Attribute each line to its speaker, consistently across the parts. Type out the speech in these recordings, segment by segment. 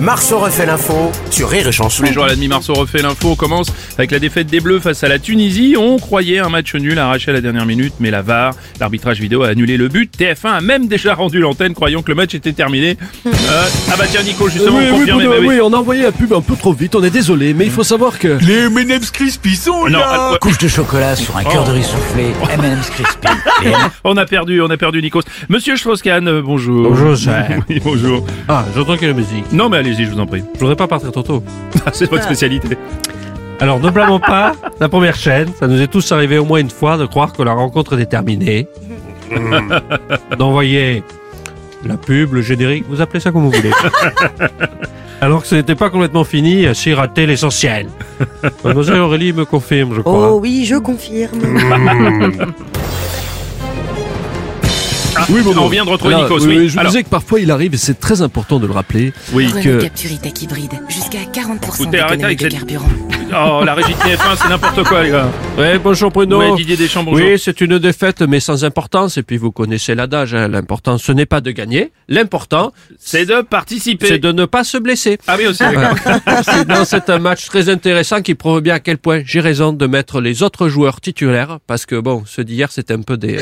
Speaker 1: Marceau refait l'info sur Rire et Chanson.
Speaker 2: Tous les jours à la demi-mars, on refait l'info. On commence avec la défaite des Bleus face à la Tunisie. On croyait un match nul arraché à la dernière minute, mais la VAR, l'arbitrage vidéo, a annulé le but. TF1 a même déjà rendu l'antenne, croyant que le match était terminé. Euh, ah bah tiens, Nico, justement,
Speaker 3: Oui, oui,
Speaker 2: confirmez.
Speaker 3: Bruno,
Speaker 2: bah oui.
Speaker 3: oui, on a envoyé la pub un peu trop vite, on est désolé, mais il faut savoir que...
Speaker 4: Les M&M's Crispy sont
Speaker 2: Non,
Speaker 4: là
Speaker 2: ah, ouais,
Speaker 5: Couche de chocolat sur un cœur de riz soufflé, M&M's crispy. M&M. Les M&M's.
Speaker 2: on a perdu, on a perdu Nikos. Monsieur Strauss-Kahn, euh, bonjour.
Speaker 6: Bonjour, Jean.
Speaker 2: Oui, bonjour.
Speaker 6: Ah, j'entends qu'il y a la musique.
Speaker 2: Non, mais allez-y, je vous en prie. Ah,
Speaker 6: Je voudrais pas partir trop tôt.
Speaker 2: C'est votre spécialité.
Speaker 6: Alors, ne blâmons pas la première chaîne. Ça nous est tous arrivé au moins une fois de croire que la rencontre était terminée. D'envoyer la pub, le générique, vous appelez ça comme vous voulez. Alors que ce n'était pas complètement fini, j'ai raté l'essentiel. Mademoiselle Aurélie me confirme, je crois.
Speaker 7: Oh oui, je confirme.
Speaker 2: oui, Ah, on vient de retrouver
Speaker 3: Voilà,
Speaker 2: Nikos,
Speaker 3: oui,
Speaker 2: oui.
Speaker 3: oui, je vous
Speaker 2: Alors,
Speaker 3: disais que parfois il arrive, et c'est très important de le rappeler,
Speaker 2: oui.
Speaker 3: que-
Speaker 8: Renault Capture E-Tech hybride, jusqu'à 40%
Speaker 2: Écoutez, arrêtez
Speaker 8: d'économie
Speaker 2: avec
Speaker 8: de
Speaker 2: cette-
Speaker 8: carburant.
Speaker 2: Oh, la régie de TF1, c'est n'importe quoi, les gars.
Speaker 6: Ouais, bonjour Bruno.
Speaker 2: Ouais, Didier Deschamps, bonjour.
Speaker 6: Oui, c'est une défaite, mais sans importance. Et puis, vous connaissez l'adage, hein, l'important, ce n'est pas de gagner. L'important,
Speaker 2: C'est de participer.
Speaker 6: c'est de ne pas se blesser.
Speaker 2: Ah oui, aussi, d'accord.
Speaker 6: C'est- non, c'est un match très intéressant qui prouve bien à quel point j'ai raison de mettre les autres joueurs titulaires parce que bon, ceux d'hier c'était un peu des.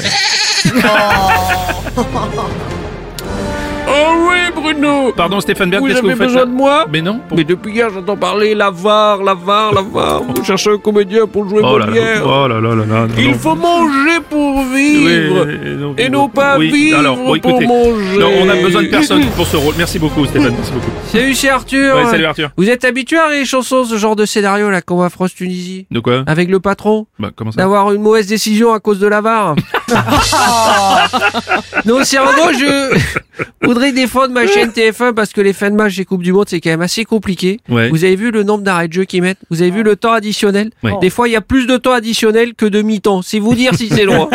Speaker 6: oh oui, Bruno.
Speaker 2: Pardon, Stéphane Bern,
Speaker 6: Vous
Speaker 2: qu'est-ce que
Speaker 6: avez
Speaker 2: vous faites
Speaker 6: besoin
Speaker 2: là
Speaker 6: de moi
Speaker 2: Mais non.
Speaker 6: Mais depuis hier j'entends parler l'avare, l'avare, l'avare. Vous cherchez un comédien pour jouer
Speaker 2: Oh là là,
Speaker 6: Molière.
Speaker 2: oh là là là là. non,
Speaker 6: Il
Speaker 2: non.
Speaker 6: faut manger pour vivre.
Speaker 2: Oui, non,
Speaker 6: Et
Speaker 2: oui,
Speaker 6: non pas
Speaker 2: oui,
Speaker 6: vivre
Speaker 2: alors, bon,
Speaker 6: pour
Speaker 2: écoutez,
Speaker 6: manger.
Speaker 2: Non, on a besoin de personne pour ce rôle. Merci beaucoup, Stéphane. Merci beaucoup.
Speaker 6: Salut, c'est Arthur.
Speaker 2: Ouais, salut Arthur.
Speaker 6: Vous êtes habitué à les chansons, ce genre de scénario là qu'on voit France-Tunisie
Speaker 2: De quoi
Speaker 6: Avec le patron
Speaker 2: Bah, comment ça
Speaker 6: D'avoir une mauvaise décision à cause de la VAR Non, sérieusement, je voudrais défendre ma chaîne TF1 parce que les fins de match des Coupes du Monde, c'est quand même assez compliqué.
Speaker 2: Ouais.
Speaker 6: Vous avez vu le nombre d'arrêts de jeu qu'ils mettent Vous avez vu le temps additionnel
Speaker 2: Ouais.
Speaker 6: Des fois, il y a plus de temps additionnel que de mi-temps. C'est vous dire si c'est loin.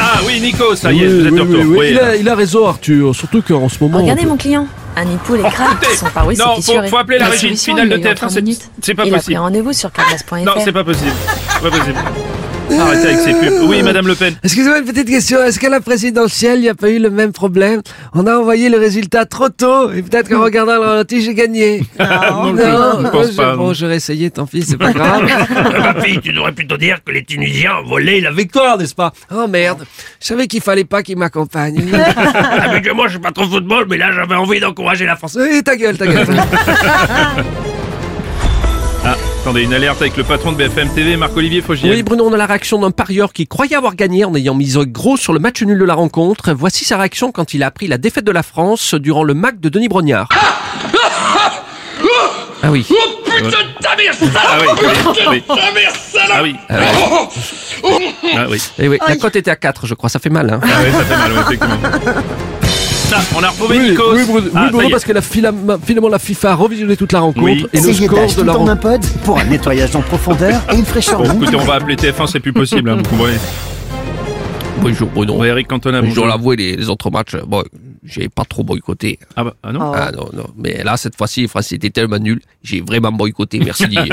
Speaker 2: Ah oui, Nico, ça y est,
Speaker 3: Oui,
Speaker 2: vous êtes
Speaker 3: oui,
Speaker 2: de
Speaker 3: oui,
Speaker 2: retour.
Speaker 3: oui.
Speaker 2: Oui,
Speaker 3: Il, a, il a raison, Arthur. Surtout qu'en ce moment. on
Speaker 8: Regardez
Speaker 3: peut-
Speaker 8: mon client. Un épaule et crabe
Speaker 2: Écoutez,
Speaker 8: qui sont paroués,
Speaker 2: non,
Speaker 8: c'est fissuré.
Speaker 2: faut- faut appeler la régie
Speaker 8: solution,
Speaker 2: finale de
Speaker 8: il est en
Speaker 2: TF1,
Speaker 8: 30
Speaker 2: c'est-
Speaker 8: minutes.
Speaker 2: c'est pas
Speaker 8: Il
Speaker 2: possible.
Speaker 8: a pris rendez-vous sur carglass.fr.
Speaker 2: Non, c'est pas possible. C'est Pas possible. Arrêtez avec ces pubs. Oui, Madame Le Pen.
Speaker 3: Excusez-moi une petite question. Est-ce qu'à la présidentielle, il n'y a pas eu le même problème On a envoyé le résultat trop tôt et peut-être
Speaker 5: Hmm.
Speaker 3: qu'en regardant le ralenti, j'ai gagné.
Speaker 5: Ah
Speaker 2: Ah, Non, je ne pense
Speaker 3: je-
Speaker 2: pas.
Speaker 3: Bon,
Speaker 2: non.
Speaker 3: j'aurais essayé, tant pis, c'est pas grave.
Speaker 5: Ah, bah, tu devrais plutôt dire que les Tunisiens volaient la victoire.
Speaker 3: Victoire, n'est-ce pas Oh merde, je savais qu'il fallait pas qu'il m'accompagne.
Speaker 5: Habituellement, je suis pas trop football, mais là, j'avais envie d'encourager la France.
Speaker 3: Oui, ta gueule, ta gueule.
Speaker 2: Ah, attendez, une alerte avec le patron de BFM TV, Marc-Olivier Fogiel.
Speaker 6: Oui, Bruno, on a la réaction d'un parieur qui croyait avoir gagné en ayant mis gros sur le match nul de la rencontre. Voici sa réaction quand il a appris la défaite de la France durant le MAC de Denis Brognard. Ah oui.
Speaker 3: bah,
Speaker 2: Ah oui, oui, oui. Ah oui. Ah oui.
Speaker 6: Eh oui, la cote était à 4, je crois, ça fait mal. Hein.
Speaker 2: Ah oui, ça fait mal, ouais, effectivement. Ça, on a retrouvé
Speaker 3: Oui,
Speaker 2: Nikos.
Speaker 3: oui, Bruno,
Speaker 2: Ah,
Speaker 3: oui,
Speaker 2: ça
Speaker 3: Bruno,
Speaker 2: y est.
Speaker 3: parce que la filama- finalement la FIFA a revisionné toute la rencontre
Speaker 2: Oui.
Speaker 3: et le score de la rencontre.
Speaker 5: pod pour un nettoyage en profondeur et une fraîcheur
Speaker 2: Bon, écoutez, on va appeler TF1, c'est plus possible, hein, vous comprenez.
Speaker 6: Bonjour Bruno.
Speaker 2: Bon, Eric Cantona,
Speaker 6: Je dois
Speaker 2: bonjour.
Speaker 6: l'avouer, les, les autres matchs, bon, j'ai pas trop boycotté.
Speaker 2: Ah, bah, ah non
Speaker 6: Ah non, non. Mais là, cette fois-ci, les Français étaient tellement nuls, j'ai vraiment boycotté. Merci Didier.